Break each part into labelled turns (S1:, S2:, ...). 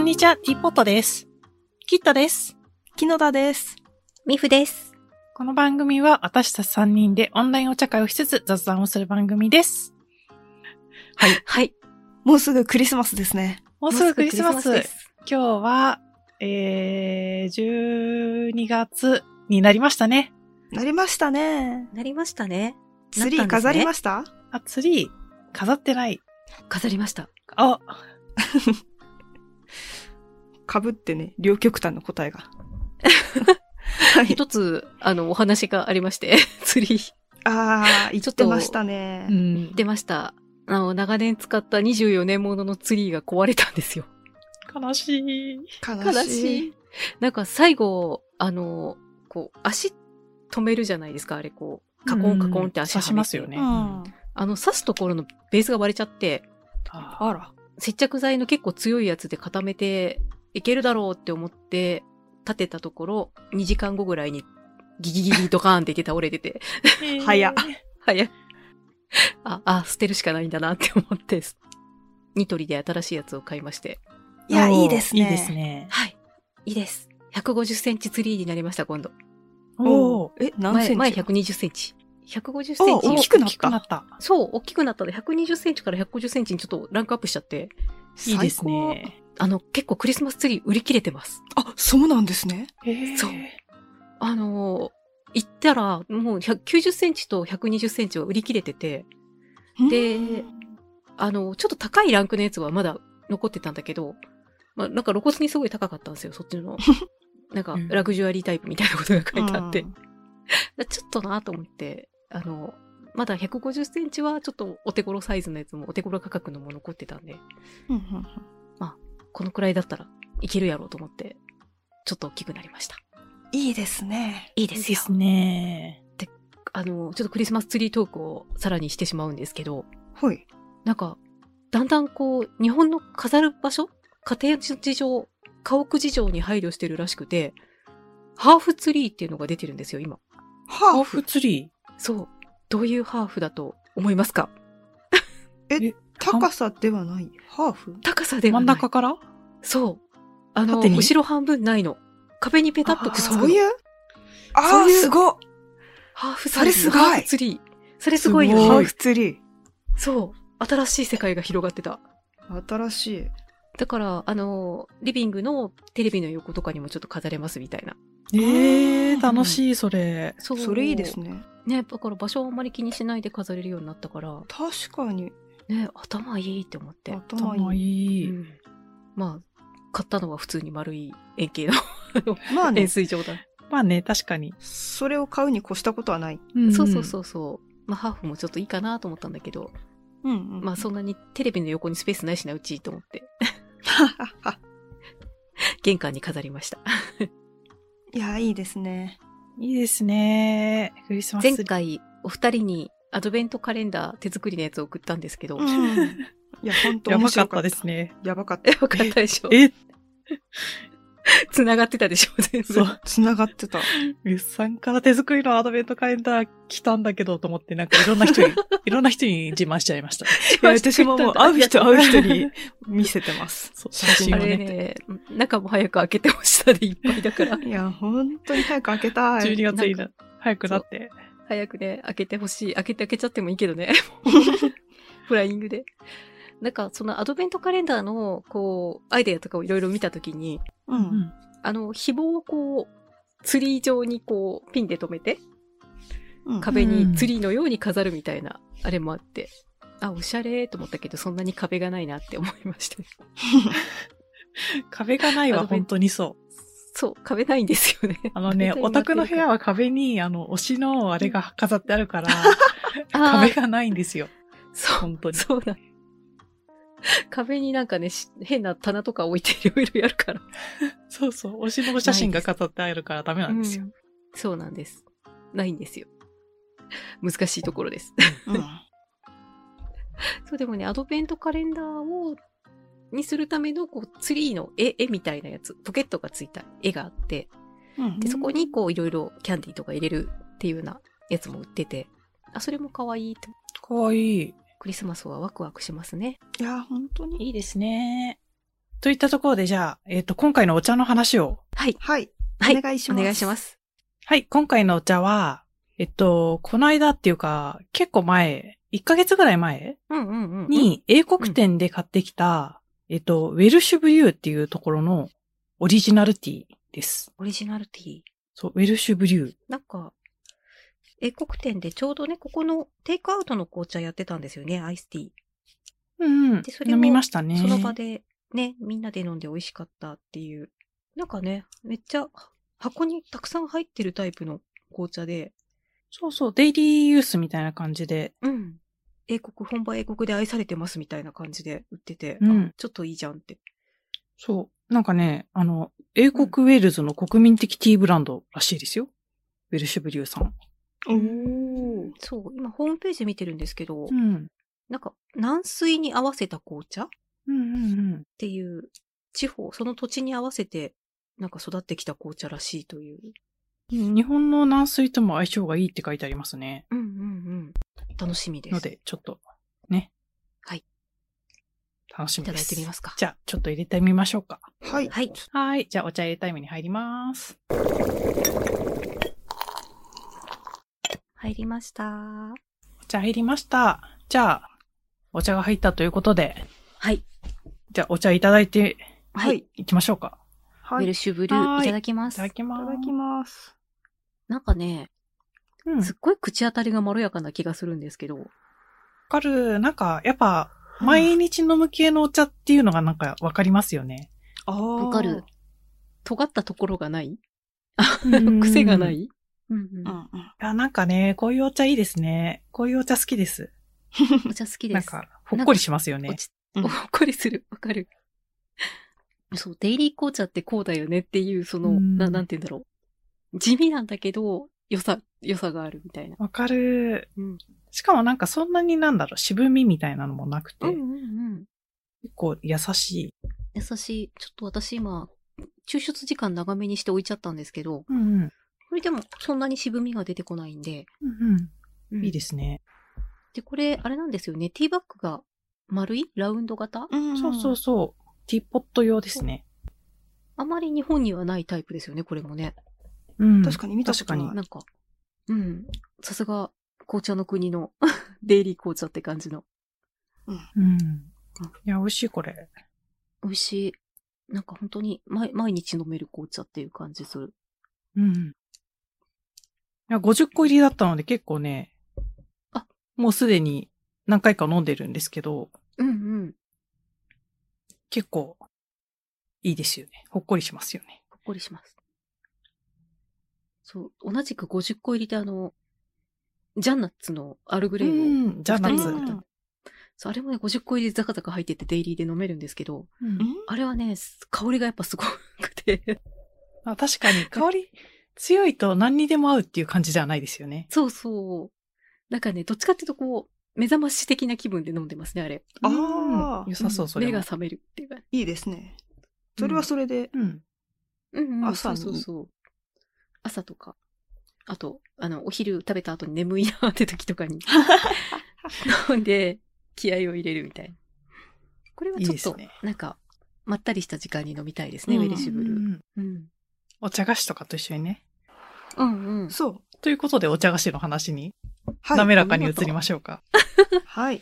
S1: にちは、ティーポットです。キットです。
S2: 木野田です。
S3: ミフです。
S1: この番組は私たち3人でオンラインお茶会をしつつ雑談をする番組です。
S3: はい。
S2: もうすぐクリスマスですね。
S1: もうすぐクリスマス。
S3: もうすぐクリスマ
S1: 今日は、えー、12月になりましたね。
S2: なりましたね。
S3: すなりましたね。
S2: ツリー飾りました
S1: あ、ツリー、飾ってない。
S3: 飾りました。
S1: あ、
S2: かぶってね、両極端の答え が。はい。
S3: 一つ、あの、お話がありまして、 ツリー。
S2: あー、言
S3: ちょ
S2: っ
S3: っと
S2: てました
S1: う
S2: ね。
S1: ん。
S3: 出ました。あの、長年使った24年もののツリーが壊れたんですよ。
S1: 悲しい。
S2: 悲
S3: 悲
S2: し
S3: し
S2: い
S3: い。。なんか最後、あの、こう、足止めるじゃないですか、あれこう。カコンカコンって足
S1: 刺しますよ
S3: ね。
S1: ね。
S2: うん。あ
S3: あの、刺すところのベースが割れちゃって、
S1: あ
S2: ら。
S3: 接着剤の結構強いやつで固めていけるだろうって思って立てたところ、2時間後ぐらいにギギギギドカーンっていけ倒れて て、
S2: 早っ
S3: 早い。あ、あ、捨てるしかないんだなって思って、ニトリで新しいやつを買いまして。
S2: いや、いいですね。
S1: いいです。ね。
S3: はい。いいです。150センチツリーになりました、今度。
S2: お
S1: おー
S2: お。え、何セ
S3: 前、
S2: ン
S3: 前
S2: チ
S3: 120センチ。150センチ。
S2: お大きくなった
S1: た。
S3: そう、大きくなったので、120センチから150センチにちょっとランクアップしちゃって、
S1: いいですね。
S3: あの、結構クリスマスツリー売り切れてます。
S2: あ、そうなんですね。
S1: へー
S3: そうあのー行ったら、もう190センチと120センチは売り切れてて、で
S2: うん
S3: あのーちょっと高いランクのやつはまだ残ってたんだけど、まあ、なんか露骨にすごい高かったんですよ、そっち の。なんか
S1: うん、
S3: ラグジュアリータイプみたいなことが書いてあって。
S2: うん
S3: ちょっとなと思って、あのーまだ150センチはちょっとお手頃サイズのやつも、お手頃価格のも残ってたんで、
S2: うんうん
S3: このくらいだったらいけるやろうと思って、ちょっと大きくなりました。
S2: いいですね。
S3: いいで
S1: いい
S3: す
S1: で
S3: よ。
S1: すね。
S3: あのーちょっとクリスマスツリートークをさらにしてしまうんですけど、
S2: ほい。
S3: なんか、だんだんこう、日本の飾る場所家庭事情、家屋事情に配慮してるらしくて、ハーフツリーっていうのが出てるんですよ、今。
S2: ハ
S1: ハ
S2: ー
S1: ーフ
S2: フ
S1: ツリー。
S3: そう。どういうハーフだと思いますか
S2: 高さではない。ハーフ
S3: 高さでは
S1: 真
S3: ない
S1: ん。中から
S3: そう。あの、
S1: 縦に
S3: 後ろ半分ないの。壁にペタッとくっつくの
S2: そういうあ
S3: そう
S2: ー、
S3: いう
S2: すごっ
S3: ハーフツリー。
S2: それすごい
S3: ハーフツリー。それすごい
S1: す
S3: よね。
S1: ご
S3: ハ
S2: ハー
S3: ー
S1: い
S3: フ
S2: フツリー。
S3: そう。新しい世界が広がってた。
S2: 新しい。
S3: だから、あの、リビングのテレビの横とかにもちょっと飾れますみたいな。
S1: ええ
S2: あー
S1: 楽しい、それ。
S3: そう。
S2: それいいです。ね。
S3: ね、だから場所をあんまり気にしないで飾れるようになったから、
S2: 確かに。
S3: ね、頭いいって思って。
S2: 頭
S1: 頭
S2: いい。
S1: いい。
S3: うんまあ、買ったのは普通に丸い円形の
S2: まあね
S3: 円、錐状だ。
S1: まあね、確かに。
S2: それを買うに越したことはない。
S3: そうそうそうそう。まあ、ハーフもちょっといいかなと思ったんだけど、
S2: うん、うん。
S3: まあ、そんなにテレビの横にスペースないしな、うちと思って、玄関に飾りました。
S2: いや、いいです ね。
S1: うん。いいですね。クリスマス
S3: 前
S1: ツリー。
S3: 回、お二人にアドベントカレンダー手作りのやつを送ったんですけど、
S2: うん。いや、本当
S1: や
S2: 面
S1: ばか
S2: 白
S1: ったです。ね。
S2: やばかった
S3: え。わかったでしょ
S1: え、
S3: 繋がってたでしょ全部。
S1: そう。
S2: 繋が ってた。
S1: ぐっさんから手作りのアドベントカレンダー来たんだけどと思って、なんかいろんな人に、いろんな人に自慢しちゃいました。
S2: いや、私ももう、会う人会う人に見せてます。
S1: そう写真
S3: あ
S1: を
S3: れ
S1: ね。
S3: ね、中も早く開けてほしさでいっぱいだから。
S2: いや、本当に早く開けたい。
S1: 12月に
S3: な
S1: な、早くなって。
S3: 早くね、開けてほしい。開けて開けちゃってもいいけどね。 フライングで。なんか、そのアドベントカレンダーの、こう、アイデアとかをいろいろ見たときに、
S2: う。
S1: うんん。
S3: あの、紐をこう、ツリー状にこう、ピンで留めて、
S2: うん
S3: 壁にツリーのように飾るみたいな、あれもあって、あ、おしゃれーと思ったけど、そんなに壁がないなって思いました。
S1: 壁がないは本当にそう。
S3: そう、壁ないんですよね。
S1: あの ね、
S3: 壁が
S1: オ
S3: 埋ま
S1: タ
S3: って
S1: ク
S3: るから
S1: の部屋は壁に、あの、推しのあれが飾ってあるから、
S3: あー
S1: 壁がないんですよ。
S3: そう、
S1: 本当に。
S3: そうだ。 壁になんかね、し変な棚とか置いていろいろやるから。
S1: そうそう。推しの写真が飾ってあるからダメなんですよ。
S3: うんそうなんです。ないんですよ。難しいところです。
S2: うん
S3: そうでもね、アドベントカレンダーを、にするためのこうツリーの絵絵みたいなやつ、ポケットがついた絵があって、
S2: うん
S3: でそこにこういろいろキャンディーとか入れるっていうようなやつも売ってて、あ、それも可愛いと。
S1: かわいい。
S3: クリスマスはワクワクしますね。
S2: いや、本当に。
S1: いいですね。といったところで、じゃあ、えっ、と、今回のお茶の話を。
S3: はい。
S2: はい。
S3: はい
S2: お願いし
S3: お
S2: ます。。
S3: 願いしますす。
S1: はい、今回のお茶は、えっと、この間っていうか、結構前、1ヶ月ぐらい前
S3: うんうんうん。、
S1: に英国店で買ってきた、えっと、ウェルシュブリューっていうところのオリジナルティーです。
S3: オリジナルティー。
S1: そう、ウェルシュブリュー。
S3: なんか、英国店でちょうどね、ここのテイクアウトの紅茶やってたんですよね、アイスティー。
S1: うんうん
S3: でそ。れを
S1: 飲みましたね。
S3: その場でね、みんなで飲んで美味しかったっていう。なんかね、めっちゃ箱にたくさん入ってるタイプの紅茶で、
S1: そうそう、デイリーユースみたいな感じで。
S3: うん。英国、本場英国で愛されてますみたいな感じで売ってて、
S1: うん
S3: あちょっといいじゃんって。
S1: そう。なんかね、あの、英国ウェールズの国民的ティーブランドらしいですよ。ウェルシュブリューさん。
S2: おー。
S3: そう、今ホームページ見てるんですけど、
S1: うん。
S3: なんか軟水に合わせた紅茶っ
S1: うんうんうん。
S3: ていう、地方、その土地に合わせて、なんか育ってきた紅茶らしいという。
S1: 日本の軟水とも相性がいいって書いてありますね。
S3: うんうんうん。楽しみです。
S1: ので、ちょっと、ね。
S3: はい。
S1: 楽し
S3: い
S1: み
S3: た
S1: で
S3: だい
S1: す。
S3: てみますか。
S1: じゃあ、ちょっと入れてみましょうか。
S2: はい。
S3: はい。
S1: はい。じゃあ、お茶入れタイムに入ります。
S3: 入りました。
S1: お茶入りました。じゃあ、お茶が入ったということで、
S3: はい。
S1: じゃあ、お茶いただいて
S2: はい。い
S1: いきましょうか。
S3: ウ
S2: は
S3: ェ
S2: い。
S3: ル
S2: い
S3: シュブル
S1: はー
S3: ー、
S1: い
S3: いただきま
S1: い
S3: す
S1: た。だきま
S2: た
S1: す。
S2: だきます。
S3: なんかね、
S1: うん。わ
S3: すっごい口当たりがまろやかな気がするんですけど。
S1: かる。なんか、やっぱ、毎日飲む系のお茶っていうのがなんかわかりますよね。
S2: ああ。
S3: わ かる。尖ったところがない
S1: うん
S3: 癖がないいうんう。
S2: うんんうん。
S1: や、なんかね、こういうお茶いいですね。こういうお茶好きです。
S3: お茶好きで
S1: なん
S3: す。
S1: か、ほっこりしますよね
S3: 落。ち
S2: うん
S3: ほっこりする。わかる。 そう、デイリー紅茶ってこうだよねっていう、その、
S1: うん
S3: ななんて言うんだろう。地味なんだけど、良さ、良さがあるみたいな。
S1: わかる、
S3: うん
S1: しかもなんかそんなになんだろう、渋みみたいなのもなくて、
S3: うんうん。
S1: 結構優しい。
S3: 優しい。ちょっと私今、抽出時間長めにして置いちゃったんですけど、
S1: うんうん。
S3: これでもそんなに渋みが出てこないんで。。
S1: うんうん、いいですすね。
S3: で、これ、あれなんですよね。ティーバッグが丸いラウンド型
S2: うん
S1: そうそうそう。ティーポット用ですね。
S3: あまり日本にはないタイプですよね、これもね。
S1: うん。
S2: 確かに見たことない
S1: 確か
S3: なんか、うん。さすが、紅茶の国の デイリー紅茶って感じの。
S1: に。うん。いや、美味しいこれ。
S3: 美味しい。なんか本当に毎毎日飲める紅茶っていう感じする。
S1: うん。いや、50個入りだったので結構ね、
S3: あ
S1: もうすでに何回か飲んでるんですけど、
S3: うんうん。
S1: 結構いいですよね。ほっこりしますよね。
S3: ほっこりします。そう、同じく50個入りであの、ジャンナッツのアールグレイを、
S1: うん。じゃあ
S3: 二
S1: 夏。
S3: 人
S2: の
S3: の
S2: 方
S3: 方そう、あれもね、50個入りでザカザカ入っててデイリーで飲めるんですけど、
S1: うん
S2: うん。
S3: あれはね、す香りがやっぱすごくて。
S1: あ確かに香り強いと何にでも合うっていう感じじゃないですよね。
S3: そうそう。なんかね、どっちかっていうとこう、目覚まし的な気分で飲んでますね、あれ。
S2: ああ
S1: うん良さそう、それ
S3: 目
S1: も
S3: が。覚めるっていうか。
S2: いいですね。それはそれで。
S1: うん。
S3: うん、うん、
S2: 朝に
S3: そうそうそう。朝とか。あと、あの、お昼食べた後に眠いなって時と かに飲んで気合を入れるみたいな。これはい
S1: い
S3: ちょ
S1: で
S3: っ
S1: す
S3: と、
S1: ね
S3: なんか、まったりした時間に飲みたいですね、
S2: うん
S3: ウェルシュブルー。
S1: うん
S3: うん。
S1: お茶菓子とかと一緒にね。
S3: うんうん。
S2: そ
S1: ということで、お茶菓子の話に、
S2: う。はい。
S1: 滑らかに移りましょうか。
S2: はい。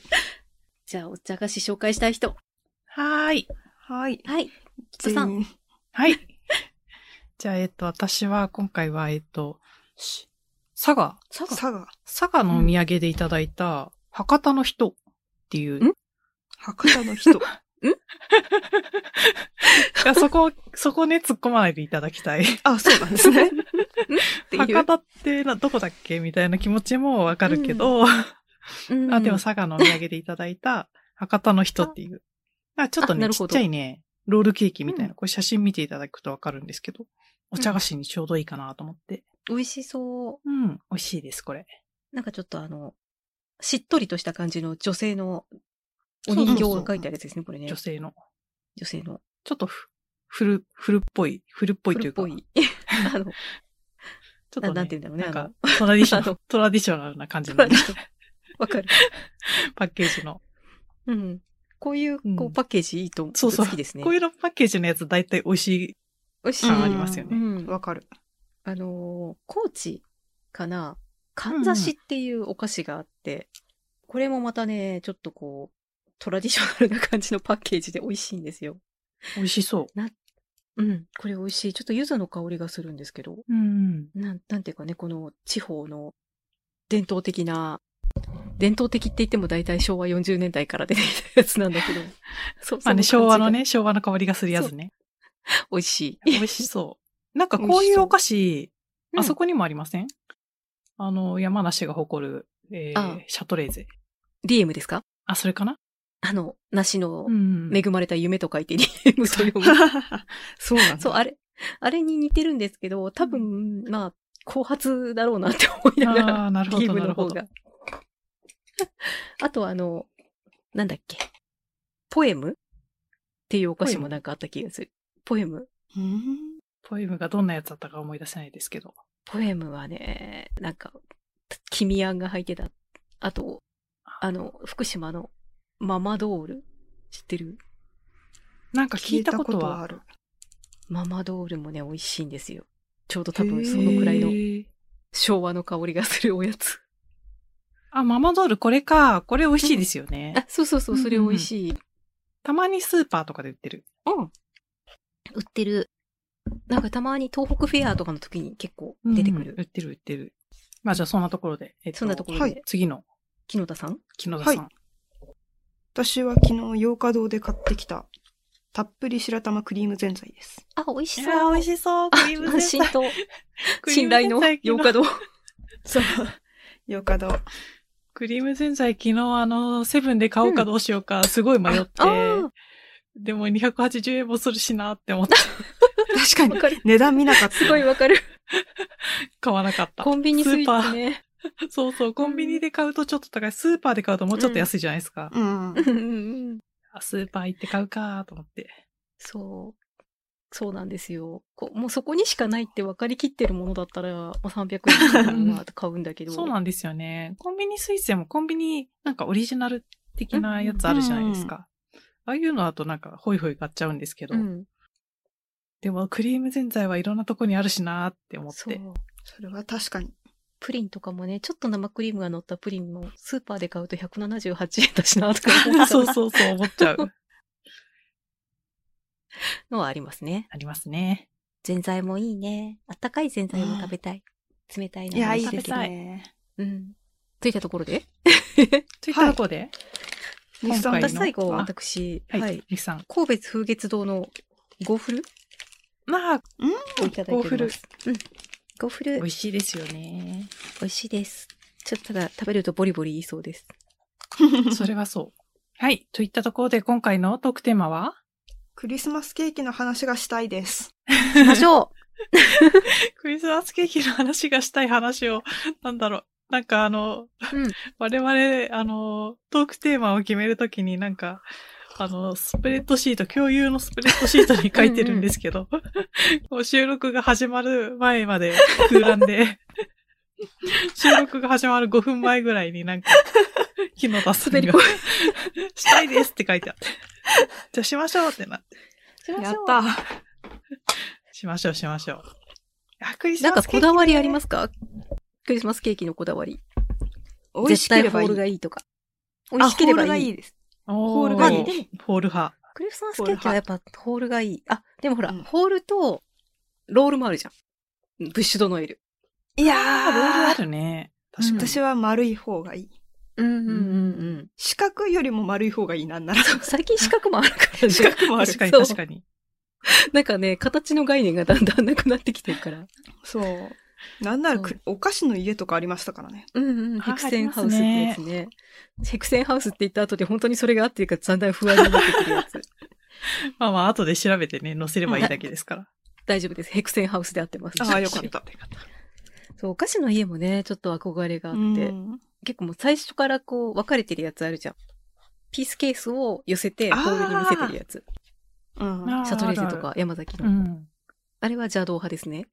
S3: じゃあ、お茶菓子紹介したい人。
S1: はーい。
S2: はい。
S3: はい。
S2: 全
S3: さん
S2: 員。
S1: はい。 じゃあ、えっと、私は、今回は、えっと、し佐賀、
S3: 佐賀。
S2: 佐賀。
S1: 佐賀のお土産でいただいた、博多の人っていう、
S3: ん
S1: い
S2: 博多の 人。
S1: やそこ、 そこね、突っ込まないでいただきたい。
S2: あ、そ うなんです ね。
S3: っていう。
S1: 博多ってな、どこだっけみたいな気持ちもわかるけど、
S3: う ん
S1: あ、でも佐賀のお土産でいただいた、博多の人っていう。あ、ちょっと
S3: あな
S1: ね、
S3: る
S1: ち
S3: ほ
S1: っ
S3: ど
S1: ちゃいね、ロールケーキみたいな、
S3: うん
S1: これ写真見ていただくとわかるんですけど、お茶菓子にちょうどいいかなと思って。
S3: 美味しそう。
S1: うん、美味しいです、これ。
S3: なんかちょっとあの、しっとりとした感じの女性のお人形が書いてあるやつですね、これね
S1: 女。性の。
S3: 女性の。
S1: ちょっとふ、ふる、ふるっぽい、ふるっぽいというか、
S3: 古っぽい。あの、
S1: ちょっと、ね、
S3: ななんて言うんだろうね
S1: なんか、トラディショ
S3: あ
S1: ナ
S3: の
S1: ル、ト ラディショナルな感じ
S3: ト
S1: の
S3: ラ
S1: ね
S3: ディショナルわかる。
S1: パッケージの。
S3: うん。こういうこ
S1: う
S3: うんパッケージいいと思う。
S1: そうそう
S3: 好きですね。
S1: こういうのパッケージのやつ大体美味しい
S3: 美味しい。
S1: 感ありますよ
S3: う
S1: ね。
S3: ん。
S2: わかる。
S3: あのー高知かな、かんざしっていうお菓子があって、これもまたね、ちょっとこう、トラディショナルな感じのパッケージで美味しいんですよ。
S1: 美味しそ
S3: うん。これ美味しい。ちょっと柚子の香りがするんですけど、
S1: う。うん。
S3: なん、なんていうかね、この地方の伝統的な、伝統的って言っても大体昭和40年代から出てきたやつなんだ けど、そう
S1: まあね、
S3: そ
S1: 昭和
S3: 感じが
S1: のね、昭和の香りがするやつね。
S3: 美味しい。
S1: 美味し そう。なんかこういうお菓子、あそ
S3: こ、
S1: こにもありません、あの、山梨が誇る、えー
S3: ああ
S1: シャトレーゼ。
S3: リエムですか
S1: あ、それかな
S3: あの、梨の
S1: ん
S3: 恵まれた夢と書いてリエムと呼ぶ。
S2: そうなんだ。
S3: そう、あれ、あれに似てるんですけど、多分、まあ、後発だろうなって思いながら、
S1: ああ、なるほ
S3: ゲー
S1: ど、
S3: ム
S1: な
S3: の
S1: る
S3: 方
S1: ほど
S3: が。。あと、あの、なんだっけ、ポエムっていうお菓子もなんかあった気がする。ポエム。
S2: うん
S1: ポエムがどんなやつだったか思い出せないですけど。
S3: ポエムはね、なんか、黄身あんが入ってた。あと、あの、福島のママドール。知ってる
S1: なんか
S2: 聞
S1: 聞
S2: い
S1: い
S2: た
S1: た
S2: こ
S1: ことと
S2: は
S1: は
S2: あ、る。
S3: ママドールもね、美味しいんですよ。ちょうど多分そのくらい
S1: へ
S3: の
S1: ー
S3: 昭和の香りがするおやつ。
S1: あ、ママドール、これか。これ美味しいですよね。
S3: あ、そうそうそう、それ美味しい。
S1: たまにスーパーとかで売ってる。
S3: うん。売ってる。なんかたまに東北フェアとかの時に結構出てく
S1: う
S3: る。
S1: ん売ってる、売ってる。まあじゃあそんなところで。えっ
S3: そんなところで、
S2: はい
S1: 次の、
S3: 木野田さん
S1: 木野田さん。
S2: は私は昨日、洋華堂で買ってきた、たっぷり白玉クリームぜんざいです。
S3: あ、美味し
S1: や
S3: そう。
S1: ー美味しそう。クリーム
S3: 安
S1: ゼ
S3: 心
S1: ンタ
S3: と信頼の洋華堂。
S2: そう。洋華堂。
S1: クリーム洗剤昨日あの、セブンで買おうかどうしようか、すごい迷って
S3: ああー、
S1: でも280円もするしなって 思って
S2: 確か
S3: わ
S2: に、
S3: かる。
S2: 値段見なかった。
S3: すごいわかる。
S1: 買わなかった。
S3: コンビニスイーツ
S1: ー
S3: ね。
S1: パー。 そうそう、コンビニで買うとちょっと高い。スーパーで買うともうちょっと安いじゃないですか。
S2: うん。
S3: うんうんうん
S1: あスーパー行って買うかと思って。
S3: そう。そうなんですよ。こもうそこにしかないって分かりきってるものだったら、まあ、300円とかは買うんだけど。
S1: そうなんですよね。コンビニスイーツでもコンビニなんかオリジナル的なやつあるじゃないですか。ああいうのだとなんかホイホイ買っちゃうんですけど、
S3: うん
S1: でもクリーム洗剤はいろんなとこにあるしなーって思っ
S3: そう
S1: て。。
S2: それは確かに。
S3: プリンとかもね、ちょっと生クリームが乗ったプリンも、スーパーで買うと178円だしな、とか思
S1: そう
S3: う
S1: そうそう思っちゃう。
S3: のはありますね。
S1: ありますね。
S3: ぜんざいもいいね。あったかいぜんざいも食べたい。冷たいのも
S2: いや、い
S3: 美味
S2: い
S1: 食べ
S2: で
S3: し
S2: す
S3: けど
S1: たい
S2: ね。
S3: うん。ついたところで
S1: ツイッターの方で、
S2: 日産
S1: 今回
S2: の
S1: の
S3: 私最後、
S1: あ
S3: 私、
S1: は、
S3: はいい、
S1: ミキさん。
S3: 神戸風月堂のゴーフル
S1: まあ、
S3: をいただいております。うん。ゴーフル、
S1: 美
S3: 美
S1: 味しいですよ ね。
S3: 味しいです。ちょっとただ食べるとボリボリ言いそうです。
S1: それはそう。はい。といったところで、今回のトークテーマは
S2: クリスマスケーキの話がしたいです。
S3: しましょ
S1: クリスマスケーキの話がしたい話を、なんだろう。なんかあの、
S3: うん
S1: 我々、あの、トークテーマを決めるときになんか、あの、スプレッドシート、共有のスプレッドシートに書いてるんですけど、 こう収録が始まる前まで空欄で、 収録が始まる5分前ぐらいになん か、木野田さん
S3: 滑り
S1: が
S3: 込む、
S1: したいですって書いてあって、じゃあしましょうってなって、
S3: う。
S2: やった。
S1: しましょうしましょう。あ、クリス
S3: なん
S1: マ
S3: か
S1: スケ
S3: こ
S1: ーキ
S3: だわりありますかクリスマスケーキのこだわり。
S2: 美味しければいい。
S3: 絶対ホールがいいとか。美
S2: あ
S3: 味しければ
S2: ホールが
S3: い
S2: い
S3: い。
S2: いです。
S1: ホ
S2: ール
S3: がいい
S1: ホール派。
S3: クリスマスケーキはやっぱホールがいい。あ、でもほら、
S2: うん
S3: ホールとロールもあるじゃん。ブッシュドノエル。
S2: いや
S1: ロールあ
S2: ー、
S1: るね。確かに。
S2: 私は丸い方がいい。
S3: うんうん
S1: うん
S3: うん。
S2: 四角よりも丸い方がいいなんなら。
S3: 最近資格もあるからね。
S2: 四角もある
S1: 確。かに
S3: そう
S1: 確かに。
S3: なんかね、形の概念がだんだんなくなってきてるから。
S2: そう。なんならく
S3: そ
S2: お菓子の家とかありましたからね。
S3: うんうん。
S1: あ
S3: ヘクセンハウスってやつね。ヘクセンハウスって言った後で本当にそれがあっていうかだんだん不安になってくるやつ。
S1: まあまあ、後で調べてね、載せればいいだけですから。
S3: 大丈夫です。ヘクセンハウスで合ってます。
S2: ああ、よかった。
S3: そう、お菓子の家もね、ちょっと憧れがあ
S2: う
S3: って。
S2: ん
S3: 結構もう最初からこう分かれてるやつあるじゃん。ピースケースを寄せて
S2: あ
S3: ホ
S2: ー
S3: ールに見せてるやつ。
S2: うん。
S3: シャトレーゼとか。山崎
S1: う
S3: の。あ
S1: ん。
S3: れは邪道派ですね。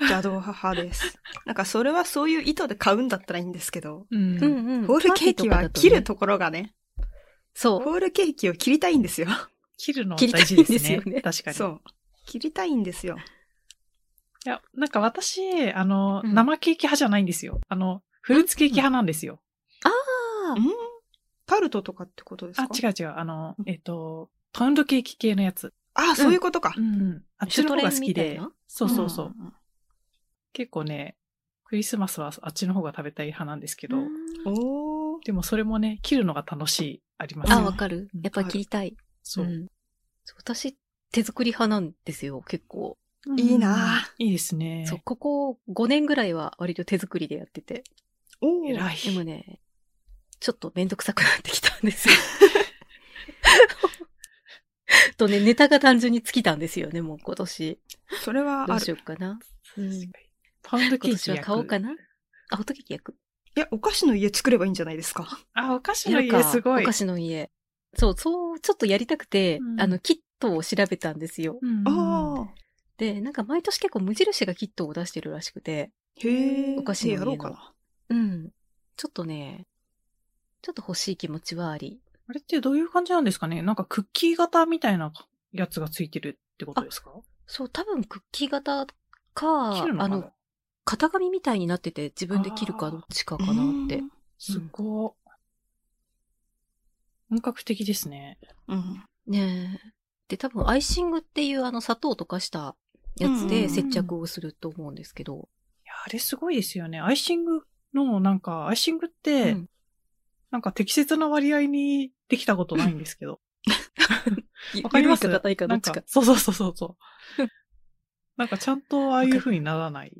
S2: 邪道母です。なんかそれはそういう意図で買うんだったらいいんですけど、
S1: うん。
S3: うん
S2: ホールケーキは切るところがね、
S3: そう。
S2: ホールケーキを切りたいんですよ。
S1: 切るの
S3: 切りたい
S1: 大事ですね。
S3: ですよね
S1: 確かに。
S2: そう。切りたいんですよ。
S1: いや、なんか私、あの、
S3: うん
S1: 生ケーキ派じゃないんですよ。あの、フルーツケーキ派なんですよ。
S3: あ
S2: んタルトとかってことですか
S1: あ、違う違う。あの、えっ、と、パウンドケーキ系のやつ。
S2: あ、そういうことか。
S1: うん。あっちの方が好き
S3: シュトレンみ
S1: で
S3: たいな。
S1: そうそうそう。
S2: んんん。
S1: 結構ね、クリスマスはあっちの方が食べたい派なんですけど、
S3: うん
S2: おー。
S1: でもそれもね、切るのが楽しい、あります
S3: あ、
S1: よ
S3: わかる。やっぱり切りたい。
S1: そうう。
S3: んそう私、手作り派なんですよ、結構。
S2: いいなぁ
S1: いいですね。
S3: そう、ここ5年ぐらいは割と手作りでやってて。
S2: おー。
S1: 偉い。
S3: でもね、ちょっとめんどくさくなってきたんです よ。とね、ネタが単純に尽きたんですよね、もう今年。
S2: それは
S3: ど
S2: あ
S3: う
S2: る。
S3: しようかな。うん
S1: 確かにパウンドケ
S3: 今
S1: ーキ
S3: 年は
S1: 焼く
S3: 買おうかな。あ、ホットケーキ焼く。
S2: いや、お菓子の家作ればいいんじゃないですか。
S1: あ、お菓子
S3: や
S1: の
S3: るか
S1: 家すごい。
S3: お菓子の家。そう、そう、ちょっとやりたくて、
S1: うん
S3: あの、キットを調べたんですよ。
S1: うん
S2: ああ。
S3: で、なんか毎年結構無印がキットを出してるらしくて、
S2: へえ。
S3: お菓子の家の
S2: やろうかな。
S3: うん。ちょっとね、ちょっと欲しい気持ちはあり。
S1: あれってどういう感じなんですかねなんかクッキー型みたいなやつがついてるってことですか
S3: そう、多分クッキー型か、
S1: 切るのかな
S3: あの、型紙みたいになってて自分で切るかどっちかかなって。
S2: うん
S1: すごい。本格的ですね。
S2: うん。
S3: ねえ。で、多分アイシングっていうあの砂糖を溶かしたやつ
S2: うんうんう
S3: で
S2: ん
S3: 接着をすると思うんですけど。
S1: いや、あれすごいですよね。アイシングの、なんか、アイシングって、
S3: うん
S1: なんか適切な割合にできたことないんです けど。わかり
S3: 緩
S1: ま
S3: い
S1: す
S3: か硬いかど
S1: な
S3: っ
S1: ん
S3: ち
S1: か。、
S3: か
S1: そうそうそうそうそう。なんかちゃんとああいう風にならない。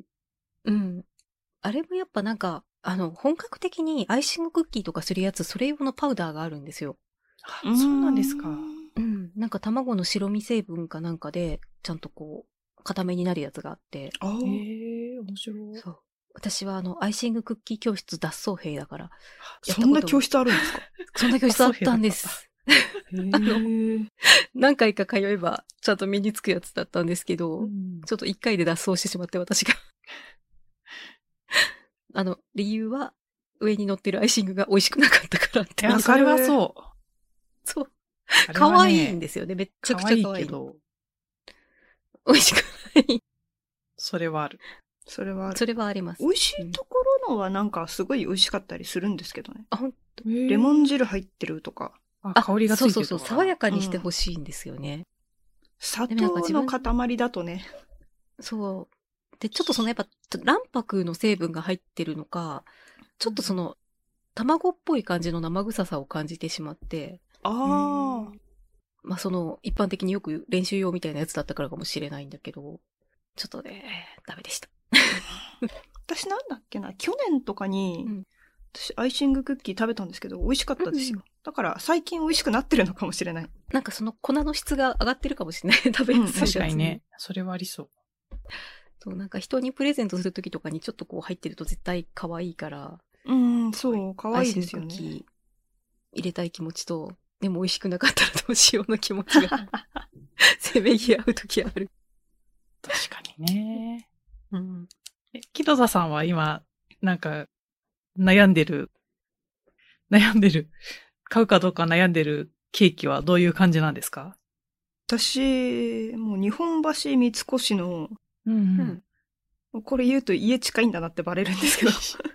S3: うん。あれもやっぱなんか、あの、本格的にアイシングクッキーとかするやつ、それ用のパウダーがあるんですよ。
S1: あそうなんですか。
S3: うん。なんか卵の白身成分かなんかで、ちゃんとこう、固めになるやつがあって。
S2: あ
S1: ええ
S2: ー
S1: 面白い。
S3: そう。私はあの、アイシングクッキー教室脱走兵 だから、やったこと
S2: そんな教室あるんですか
S3: そんな教室あったんです。
S1: へえ
S3: 何回か通えば、ちゃんと身につくやつだったんですけど、
S1: うん
S3: ちょっと一回で脱走してしまって、私が。 あの、理由は、上に乗ってるアイシングが美味しくなかったからっ
S1: い
S3: て。
S1: や、それはそう。
S3: そう。
S1: あれはね
S3: 可愛いんですよね。めっちゃくちゃ可愛い
S1: けど、
S3: 美味しくない。
S1: それ はある。
S2: それはある。
S3: それはあります
S2: 美。味しいところのはなんかすごい美味しかったりするんですけどね。
S3: あ、ほん
S1: レ
S2: レモン汁入ってるとか、
S1: あ
S3: あ
S1: 香りがついて
S3: そう
S1: る
S3: そうそう。爽や
S1: か。
S3: かにしてほしいんですよね。
S2: 砂
S3: でもなんか
S2: 糖
S3: 自
S2: の
S3: 分
S2: 塊だとね。
S3: そう。で、ちょっとそのやっぱ卵白の成分が入ってるのか、ちょっとその卵っぽい感じの生臭さを感じてしまって、
S2: ああ。
S3: まあその一般的によく練習用みたいなやつだったからかもしれないんだけど、ちょっとね、ダメでした。
S2: 私なんだっけな、去年とかに
S3: うん、
S2: 私アイシングクッキー食べたんですけど、美味しかったです
S3: う
S2: よ。だから最近美味しくなってるのかもしれない。
S3: なんかその粉の質が上がってるかもしれない。 食べやすいやつ
S1: 確かにね。。それはありそう。
S3: そう、なんか人にプレゼントするときとかにちょっとこう入ってると絶対可愛いから、
S2: うん、そう、可愛いですよ
S3: アイシングク
S2: ね。
S3: ッキー入れたい気持ちと、でも美味しくなかったらどうしようの気持ちが、せめぎ合うときある。
S1: 確かにね。
S3: うん。
S1: え木戸田さんは今、なんか、悩んでる、悩んでる、買うかどうか悩んでるケーキはどういう感じなんですか
S2: 私、もう日本橋三越の、
S1: うん
S3: うん
S2: これ言うと家近いんだなってバレるんです けど、
S3: そう。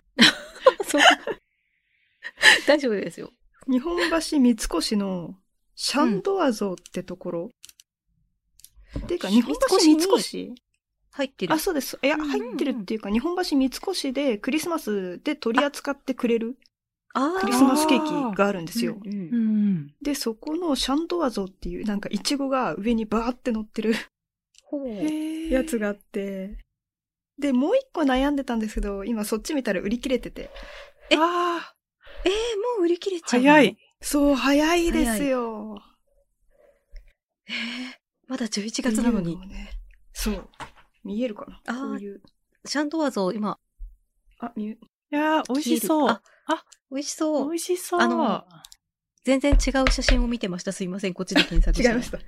S3: 大丈夫ですよ。
S2: 日本橋三越のシャンドア像ってところ。っていうか、日本橋三
S3: 三越に
S2: 越
S3: 入ってる
S2: あ、。そうです。いや、
S3: うんうん
S2: 入ってるっていうか、日本橋三越でクリスマスで取り扱ってくれる
S3: あー
S2: クリスマスケーキがあるんですよ。
S3: うんうん
S1: うん。
S2: で、そこのシャンドア像っていう、なんかイチゴが上にバーって乗ってる
S3: ほう。
S1: へ
S2: やつがあって、で、もう一個悩んでたんですけど、今そっち見たら売り切れてて。
S3: え
S1: ああ、
S3: えー、もう売り切れちゃうの
S1: 早い。。
S2: そう、早いですよ。
S3: えー、まだ11月なの
S2: っていう
S3: に
S2: を。ね。そう。見えるかな
S3: あー
S2: こういう。
S3: シャンドワーゾー今、
S2: あ、見え、
S1: いやー、美味しそう。
S3: あ、美味しそ
S1: 美
S3: う。
S1: 味しそう。
S3: あの全然違う写真を見てました。すいません。こっちで検索して。
S2: 違いまし。た。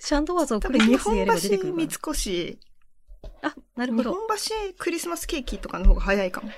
S3: シャンドワーゾー
S2: 多
S3: クリ
S2: 分日
S3: スマスで
S2: 本
S3: やれば出てく
S2: 橋
S3: る
S2: 三
S3: か
S2: 越、
S3: な。あ、なる
S2: 日
S3: ほ
S2: 本
S3: ど。
S2: 橋クリスマスケーキとかの方が早いかも。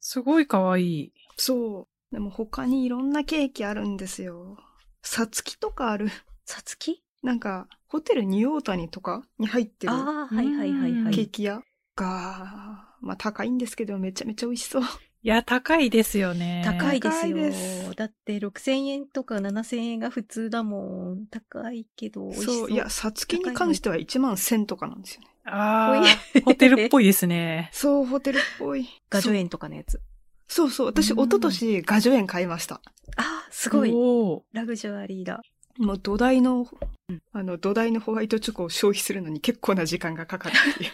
S1: すごい可愛い。
S2: そう。でも他にいろんなケーキあるんですよ。さつきとかある。
S3: さつき
S2: なんか、ホテルニューオータニとかに入ってる
S3: ああ、はいはいはいは
S1: ー
S2: ケー
S3: い。
S2: キ屋が、まあ高いんですけど、めちゃめちゃ美味しそう。
S1: いや、高いですよね。
S3: 高いですよ
S2: 高いです
S3: だって6000円とか7000円が普通だもん。高いけど、美味しそう。
S2: そう、いや、さつきに関しては1万1000とかなんですよね。
S1: ああ、
S3: こ
S1: ホテルっぽいですね。
S2: そう、ホテルっぽい。
S3: ガジョ園とかのやつ。
S2: そうそう、私、
S1: うん
S2: 一昨年ガジュエン買いました。
S3: ああ、 すごい。
S1: おー
S3: ラグジュアリーだ。
S2: もう土台の、あの、土台のホワイトチョコを消費するのに結構な時間がかかるっていう。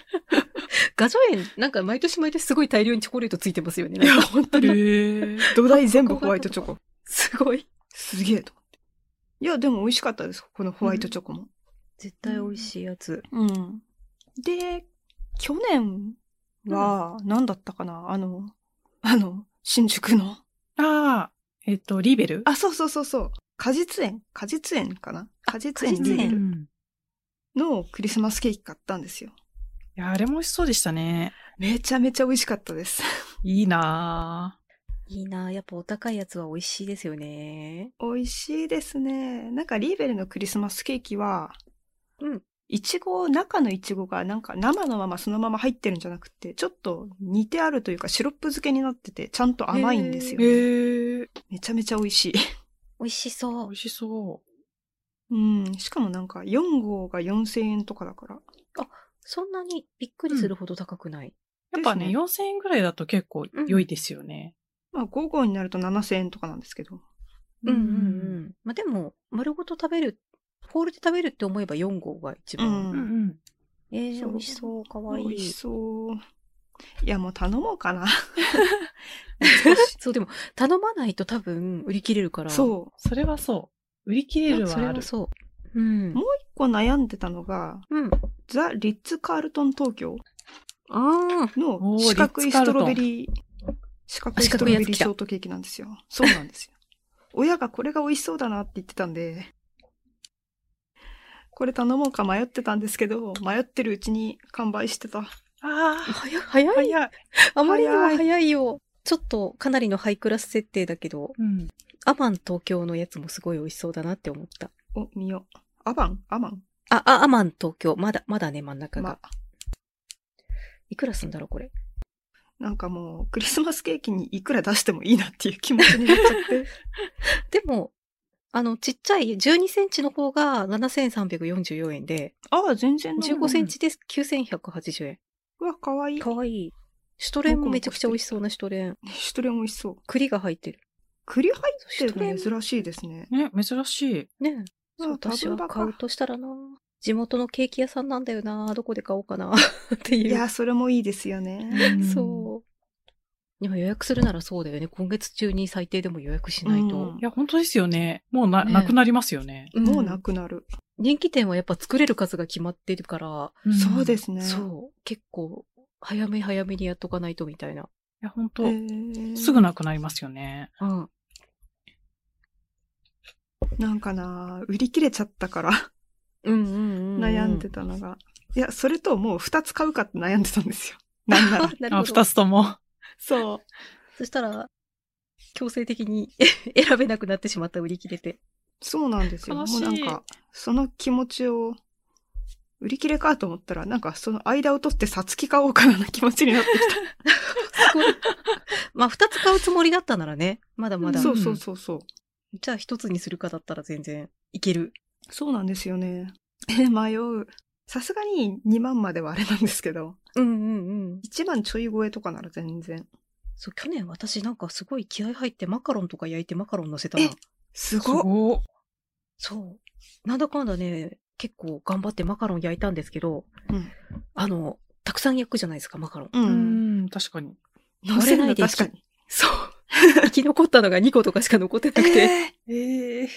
S3: ガジョ園、なんか毎年毎年すごい大量にチョコレートついてますよね。
S2: いや、本当
S1: へ
S2: に。
S1: ー
S2: 土台全部ホワイトチョコ。
S3: すごい。
S2: すげえと思って。いや、でも美味しかったです、このホワイトチョコも。
S3: 絶対美味しいやつ。
S2: うん。で、去年は、何だったかな、あの、あの、新宿の。
S1: ああ、えっと、リベル
S2: あ、そうそうそうそう。果実園果実園かな
S3: あ
S2: 果実園
S3: 果実園
S2: リ
S1: う
S2: ベル
S1: ん
S2: のクリスマスケーキ買ったんですよ。
S1: いや、あれも美味しそうでしたね。
S2: めちゃめちゃ美味しかった です。
S1: いいなぁ。
S3: いいなあやっぱお高いやつは美味しいですよね。
S2: 美味しいですね。なんかリーベルのクリスマスケーキは、
S3: うん。
S2: いちご、中のいちごがなんか生のままそのまま入ってるんじゃなくて、ちょっと煮てあるというかシロップ漬けになってて、ちゃんと甘いんですよ、
S1: へ
S2: ね
S1: え、
S2: めちゃめちゃ美味しい。
S3: 美味しそ
S1: 美
S3: う。
S1: 味しそう。
S2: うん。しかもなんか4号が4000円とかだから。
S3: そんなにびっくりするほど高くない。
S1: やっぱね、
S2: です
S1: 4000円ぐらいだと結構良いですよね。
S2: まあ5号になると7000円とかなんですけど。
S3: うんうんうん。まあ、でも、丸ごと食べる、ホールで食べるって思えば4号が一番。
S1: うんうん。
S3: えー、
S2: そう
S3: 美味しそう。かわい
S2: 美味
S3: い
S2: し。そう。いや、もう頼もうかな。
S3: そう、でも、頼まないと多分売り切れるか ら。う。
S2: そう。
S1: それはそう。売り切れるは
S3: それ
S1: あ
S3: は
S1: る。
S3: そう。うん。
S2: も一個悩んでたのが、
S3: うん。
S2: ザ・リッツ・カールトン東京
S3: ああ。
S1: お
S2: の
S1: ー
S2: 四角
S1: リッ
S2: い
S1: ツカ
S2: ス
S1: ールト
S2: ト
S1: ン
S2: ロベリー、四角いストロベリーショートケーキなんですよ。そうなんですよ。 親がこれが美味しそうだなって言ってたんで、これ頼もうか迷ってたんですけど、迷ってるうちに完売してた。
S1: あ
S3: 早い、早
S1: あ、
S3: い
S1: 早い。
S3: あまりにも早いよ。ちょっとかなりのハイクラス設定だけど、
S1: うん。
S3: アマン東京のやつもすごい美味しそうだなって思った。
S2: お、見よう。アバンアバン
S3: あ、あ、アマン東京。まだ、まだね、真ん中が。
S2: まあ、
S3: いくらすんだろう、これ。
S2: なんかもう、クリスマスケーキにいくら出してもいいなっていう気持ちになっちゃって。
S3: でも、あの、ちっちゃい12センチの方が7344円で、
S2: ああ、全然
S3: 15センチで9180円。
S2: うわ、かわいい。
S3: かわいい。シュトレンもめちゃくちゃ美味しそうなシュトレン。
S2: シュトレン美味しそう。
S3: 栗が入ってる。
S2: 栗入って
S3: シュト
S2: る
S3: レン
S2: の珍しいですね。
S1: ね、珍しい。
S3: ねえ。そう
S2: わ
S3: 私は
S2: タブ
S3: 買う
S2: バカ
S3: としたらな。地元のケーキ屋さんなんだよな。どこで買おうか な。っていう。
S2: いや、それもいいですよね。
S3: そう。でも予約するならそうだよね。今月中に最低でも予約しないと。
S2: う
S1: い
S2: ん
S1: や、本当ですよね。もうな、
S3: ね
S1: なくなりますよね。。
S3: ん
S2: もうなくなる。
S3: 人気店はやっぱ作れる数が決まってるから、
S2: そうですすね。
S3: そう。結構、早め早めにやっとかないとみたいな。
S1: いや、本
S2: え
S1: 当
S2: ー
S1: すぐなくなりますよね。
S3: うん。
S2: なんかな、売り切れちゃったから、
S3: うんうんうん、
S2: 悩んでたのが。いや、それともう2つ買うかって悩んでたんですよ。なんな
S3: あ。
S2: ら
S3: なる
S1: あ、
S3: ほど
S1: 二。つとも。
S2: そう。
S3: そしたら、強制的に 選べなくなってしまった売り切れて。
S2: そうなんですよ。も
S1: 悲し
S2: う
S1: い
S2: なんか、その気持ちを、売り切れかと思ったら、なんかその間を取ってさつき買おうかなな気持ちになってき
S3: す ごい。まあ、二つ買うつもりだったならね。まだま
S2: た。
S3: だ。
S2: そうそうそうそう。
S3: じゃあ一つにするかだったら全然いける。
S2: そうなんですよね。え、迷う。さすがに2万まではあれなんですけど、
S3: うんうんうん。
S2: 1万ちょい超えとかなら全然。
S3: そう、去年私なんかすごい気合入ってマカロンとか焼いてマカロン乗せたら
S2: え、す
S1: す
S2: ごっ
S1: ごっ
S3: そう。なんだかんだね、結構頑張ってマカロン焼いたんですけど、
S2: うん
S3: あの、たくさん焼くじゃないですか、マカロン。
S2: う。
S1: うんん、確かに。
S2: 乗せないで
S3: 割れない
S2: 確
S3: で
S2: かに。
S3: そう。生き残ったのが2個とかしか残ってなくて、
S2: え
S1: ええ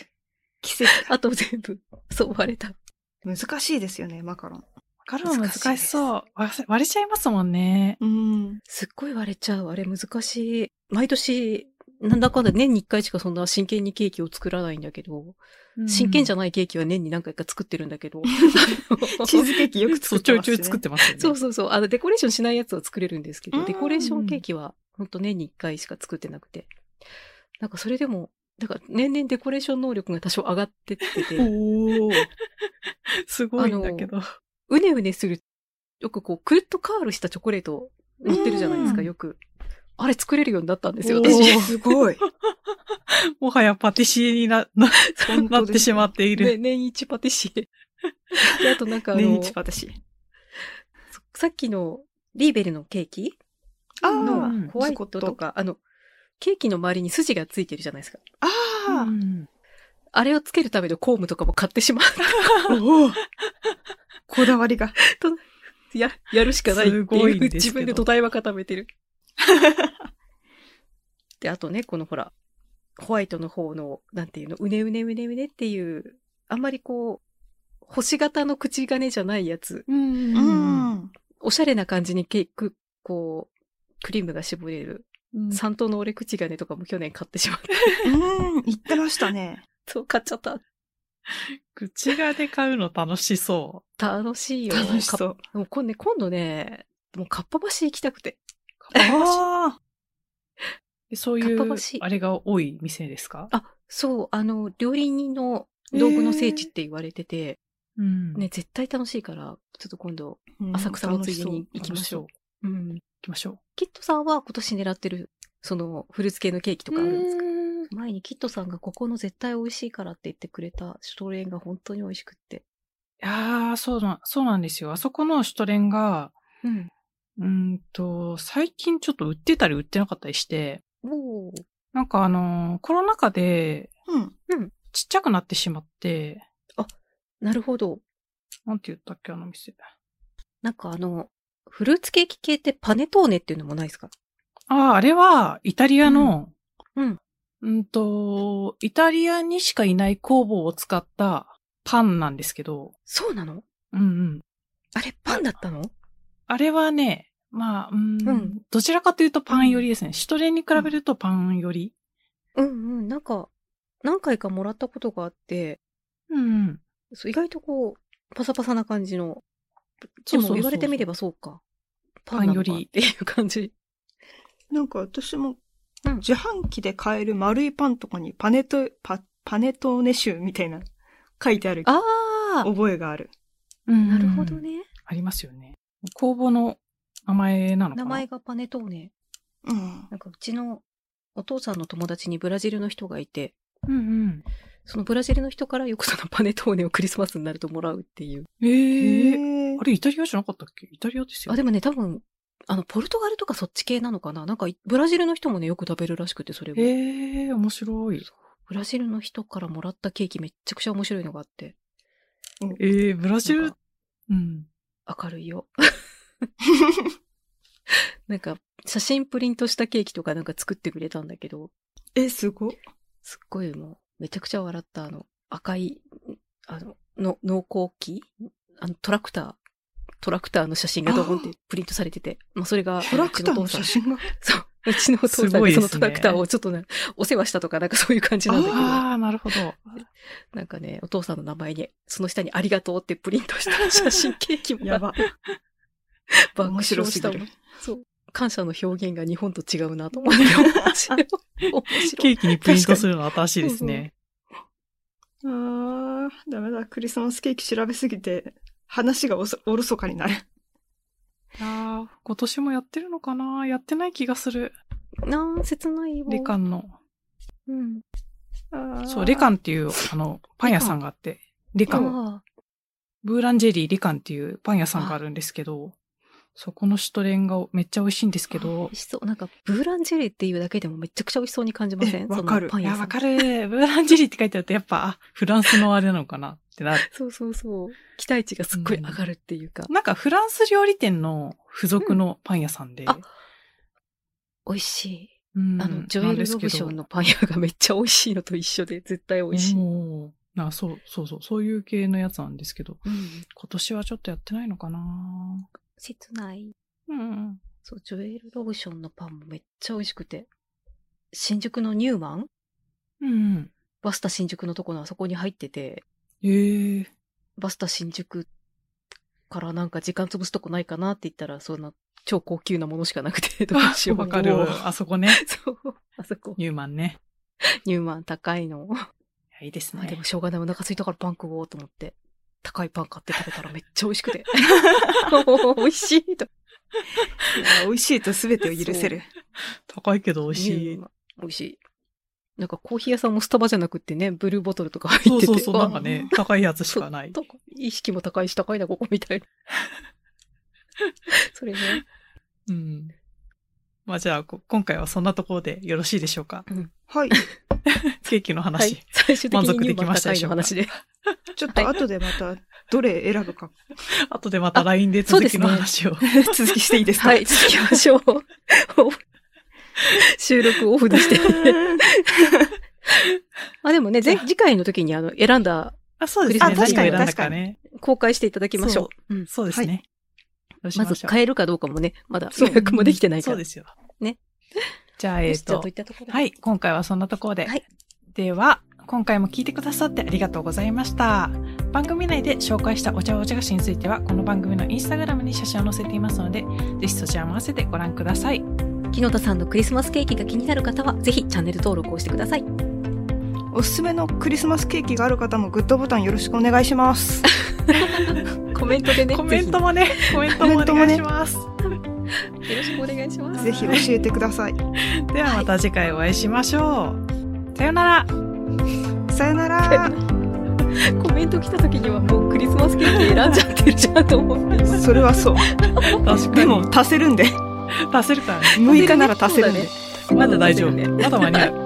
S2: 奇跡だ。
S3: あと全部、そう、割れた。
S2: 難しいですよね、マカロン。
S1: カロン難しそう。割れ割れちゃいますもんね。
S2: うん。、
S3: すっごい割れちゃう。あれ難しい。毎年、なんだかんだ年に1回しかそんな真剣にケーキを作らないんだけど、真剣じゃ
S1: な
S3: ないケーキは年に何回か作ってるんだけ ど
S2: チーズケーキよく
S1: いそ
S2: 作っ
S1: う、ち
S2: て
S1: ょ
S2: ま
S1: いち
S2: すね
S1: ょい作ってますよね。
S3: そうそうそう。あの、デコレーションしないやつは作れるんです
S2: う
S3: けど、
S2: ん
S3: デコレーションケーキは、ほんと年に1回しか作ってなくて。なんかそれでも、だから年々デコレーション能力が多少上がってってて、
S1: おお。すごいんだけど。
S3: うねうねする、よくこう、くるっとカールしたチョコレート売ってるじゃないですか、
S2: うん
S3: よく。あれ作れるようになったんですよ、
S1: おー
S2: え、
S3: 私。
S2: すごい。
S1: もはやパティシエにな、な、
S2: 本
S1: な
S2: 当
S1: っ
S2: です
S1: てしまっている。
S3: ね年一パティシエ。で、あとなんかあ
S2: 年
S3: の
S2: 一、私。
S3: さっきのリーベルのケーキ
S2: あ
S1: う
S2: ー
S1: ん
S3: のホワイトとか、あの、ケーキの周りに筋がついてるじゃないですか。
S2: あ
S1: う
S2: ー
S1: ん
S3: あれをつけるためのコームとかも買ってしま
S2: おーこだわりが。
S3: う。や、 やるしかないってい
S1: すご
S3: う
S1: いんですけど
S3: 自分で土台は固めてる。 で、あとね、このほら、ホワイトの方の、なんていうの、うねうねうねうねっていう、あんまりこう、星型の口金じゃないやつ、
S1: うん
S2: う
S1: うん
S2: ん。
S3: おしゃれな感じにケーク、こう、クリームが絞れる、
S1: うん。
S3: 三等の俺口金とかも去年買ってしまった。
S2: うん、言ってましたね。
S3: そう、買っちゃった。
S1: 口がで買うの楽しそ
S3: 楽しいよ。
S2: 楽しそう。
S3: う。もう今ね、今度ね、もうかっぱ橋行きたくて。
S2: あ
S1: うで。そうい
S3: かっ
S1: う
S3: ぱ橋、
S1: あれが多い店ですか
S3: あ、そう、あの、料理人の道具の聖地って言われてて、
S1: うん。
S3: ね、絶対楽しいから、ちょっと今度、
S2: ー
S3: 浅草もついでに行きましょう
S1: 楽。
S3: うん。
S1: 行きましょ
S3: キットさんは今年狙ってる、その、フルーツ系のケーキと
S1: う。
S3: かあるんですか
S1: か
S3: 前にキットさんがここの絶対美味しいからって言ってくれたシュトレーンが本当に美味しくって。
S1: いやーそうな、そうなんですよ。あそこのシュトレンが、
S3: うん。
S1: うーんと、最近ちょっと売ってたり売ってなかったりして、
S3: おー
S1: なんかあのーコロナ禍で
S2: うん。
S1: ちっちゃくなってしまって、
S3: なるほど。
S1: なんて言ったっけ、あの店。
S3: なんかあの、フルーツケーキ系ってパネトーネっていうのもないですか
S1: ああ、あれは、イタリアの、
S3: うん。
S1: うんと、イタリアにしかいない工房を使ったパンなんですけど、
S3: そうなの
S1: うんうん。
S3: あれ、パンだったの
S1: あれはね、まあ、うん,、
S3: うん
S1: どちらかというとパン寄りですね。シュトレンに比べるとパン寄り。
S3: うんうん。なんか、何回かもらったことがあって、
S1: うん、うん。
S3: そう意外とこう、パサパサな感じの。
S1: そうそうそうそう
S3: でも言われてみればそうか。
S1: パンより
S3: なのかっていう感じ。
S2: なんか私も
S3: うん、
S2: 自販機で買える丸いパンとかにパネト、パ、パネトーネシューみたいな書いてある
S3: ああ
S2: 覚えがある。
S1: うん
S3: なるほど。ね。
S1: ありますよね。工房の名前なのかな
S3: 名前がパネトーネ。
S2: うん。
S3: なんかうちのお父さんの友達にブラジルの人がいて、
S1: うんうん。
S3: そのブラジルの人からよくそのパネトーネをクリスマスになるともらうっていう。
S1: ええ
S2: へー
S1: あれ、イタリアじゃなかったっけイタリアですよ。
S3: あ、でもね、多分、あの、ポルトガルとかそっち系なのかななんかい、ブラジルの人もね、よく食べるらしくて、それを。
S1: ええ面白い。
S3: ブラジルの人からもらったケーキめっちゃくちゃ面白いのがあって、
S1: ええブラジ
S3: なん
S1: ル
S3: か、
S1: うん。
S3: 明る いよ。なんか、写真プリントしたケーキとかなんか作ってくれたんだけど、
S2: え、すごい。
S3: すっごいもう、めちゃくちゃ笑った、あの、赤い、あの、の農耕機あの、トラクター、トラクターの写真がドボンってプリントされてて、まあ、それが、
S2: トラクターの写
S3: うち
S2: 真が。
S3: のお父さん そう。うちのお父
S1: す
S3: さん
S1: ご
S3: が
S1: いで
S3: そ
S1: すね
S3: のトラクターをちょっとね、お世話したとか、なんかそういう感じなんだけど、
S1: ああ、なるほど。
S3: なんかね、お父さんの名前に、その下にありがとうってプリントした写真ケーキも
S2: やば。
S3: 爆
S2: 面
S3: 笑
S2: 白す
S3: し
S2: ぎ
S3: た
S2: る
S3: もん。そう。感謝の表現が日本と違うなと思って、面白い。面白
S1: ケ
S3: い。
S1: ーキにプリントするの新しいです
S3: 確かに
S1: ね。
S2: あー、ダメだ。クリスマスケーキ調べすぎて、話がおそおろそかになる。
S1: いやー今年もやってるのかなやってない気がする。
S3: なあ、切ないよ。
S1: レカンの。
S3: うん。
S1: そう、レカ
S2: ン。
S1: ンっていう、あの、パン屋さんがあって、レカン。
S3: ああ
S1: ブーランジェリーレカンっていうパン屋さんがあるんですけど、そこのシュトレンがめっちゃ美味しいんですけど
S3: 美味、しそう。なんか、ブーランジェリーっていうだけでもめちゃくちゃ美味しそうに感じませ
S2: え
S3: ん
S2: わかる
S3: そのパン
S1: い
S3: 屋
S1: や、
S3: さん
S1: わかる。ブーランジェリーって書いてあると、やっぱ、あ、フランスのあれなのかなってなる。
S3: そうそうそう。期待値がすっごい上がるっていうか、
S1: なんか、フランス料理店の付属のパン屋さんで。
S3: んあ美味しい。
S1: うん
S3: あの、ジョエル・ロブションのパン屋がめっちゃ美味しいのと一緒で、絶対美
S1: 美
S3: 味しい。
S1: なそう、そうそう、そういう系のやつなんですけど、
S3: うん
S1: 今年はちょっとやってないのかな
S3: 切ない。
S1: うんうん。
S3: そう、ジョエル・ロブションのパンもめっちゃ美味しくて。新宿のニューマン
S1: うんうん。
S3: バスタ新宿のとこのあそこに入ってて、
S1: ええ
S3: バスタ新宿からなんか時間潰すとこないかなって言ったら、そんな超高級なものしかなくて、どうしよう
S1: わかる。あそこね。
S3: そう、あそこ。
S1: ニューマンね。
S3: ニューマン高いの。
S1: いやいいです
S3: まあで
S1: ね
S3: も。しょうがない。お腹空いたからパン食おうと思って、高いパン買って食べたらめっちゃ美味 しくて。美味しいと。
S2: 美味しいと全てを許せる。
S1: 高いけど美味し
S3: ニュー
S1: い。
S3: マン美味しい。なんかコーヒー屋さんもスタバじゃなくってね、ブルーボトルとか入ってて。
S1: そうそうそう、
S3: わ
S1: な
S3: あ
S1: んかね、高いやつしかない。
S3: とか意識も高いし高いな、ここみ たいな。それね。
S1: うん。まあじゃあ、こ今回はそんなところでよろしいでしょうか。
S2: はい。
S1: ケーキの
S3: は
S1: 話。
S3: い。最終的
S1: 満
S3: に
S1: 足
S3: ニ
S1: で
S3: ュー
S1: き
S3: マン
S1: ました
S3: 高
S1: で
S3: い
S1: しょ
S3: の
S1: うか
S3: 話で。
S2: ちょっと後でまた、どれ選ぶか、
S1: 後でまた LINE で続きの話を。
S2: 続きしていいですか
S3: はい、続きましょう。収録オフに して。あ、でもね、ぜ次回の時にあの、選んだ、
S1: あ、そうですね。
S2: あ確かに
S1: 何を選んだかね。
S3: 公開していただきましょう。うん
S1: そうですね。そうし
S3: ま
S1: ま
S3: ず
S1: しょう
S3: 変えるかどうかもね、まだ
S2: そ
S3: 予
S2: う
S3: 約もできてないか
S1: そ
S3: ら。
S1: うですよ。
S3: ね。
S1: じゃあ、えっ、
S3: じゃ
S1: と
S3: あどうい、ったところで
S1: はい、今回はそんなところで。
S3: はい
S1: では、今回も聞いてくださってありがとうございました。番組内で紹介したお茶お茶菓子については、この番組のインスタグラムに写真を載せていますので、ぜひそちらも合わせてご覧ください。
S3: 木野田さんのクリスマスケーキが気になる方は、ぜひチャンネル登録をしてください。
S2: おすすめのクリスマスケーキがある方もグッドボタンよろしくお願いします。
S3: コメントでね、
S1: コメントもね、コメントもお願いします。
S3: ぜひよろしくお願いします。
S2: ぜひ教えてください。
S1: ではまた次回お会いしましょう。さようなら。
S2: さよな ら。
S3: コメント来た時にはもうクリスマスケーキ選んじゃってるじゃんと思 って。
S2: それはそう。
S1: 確か
S2: で
S1: に
S2: も、足せるんで。
S1: 足せるからね。
S2: 6日なら足せるん
S3: そうだ
S2: で
S3: ね。
S1: まだ大丈夫。
S3: そうだね
S1: まだ間に合う。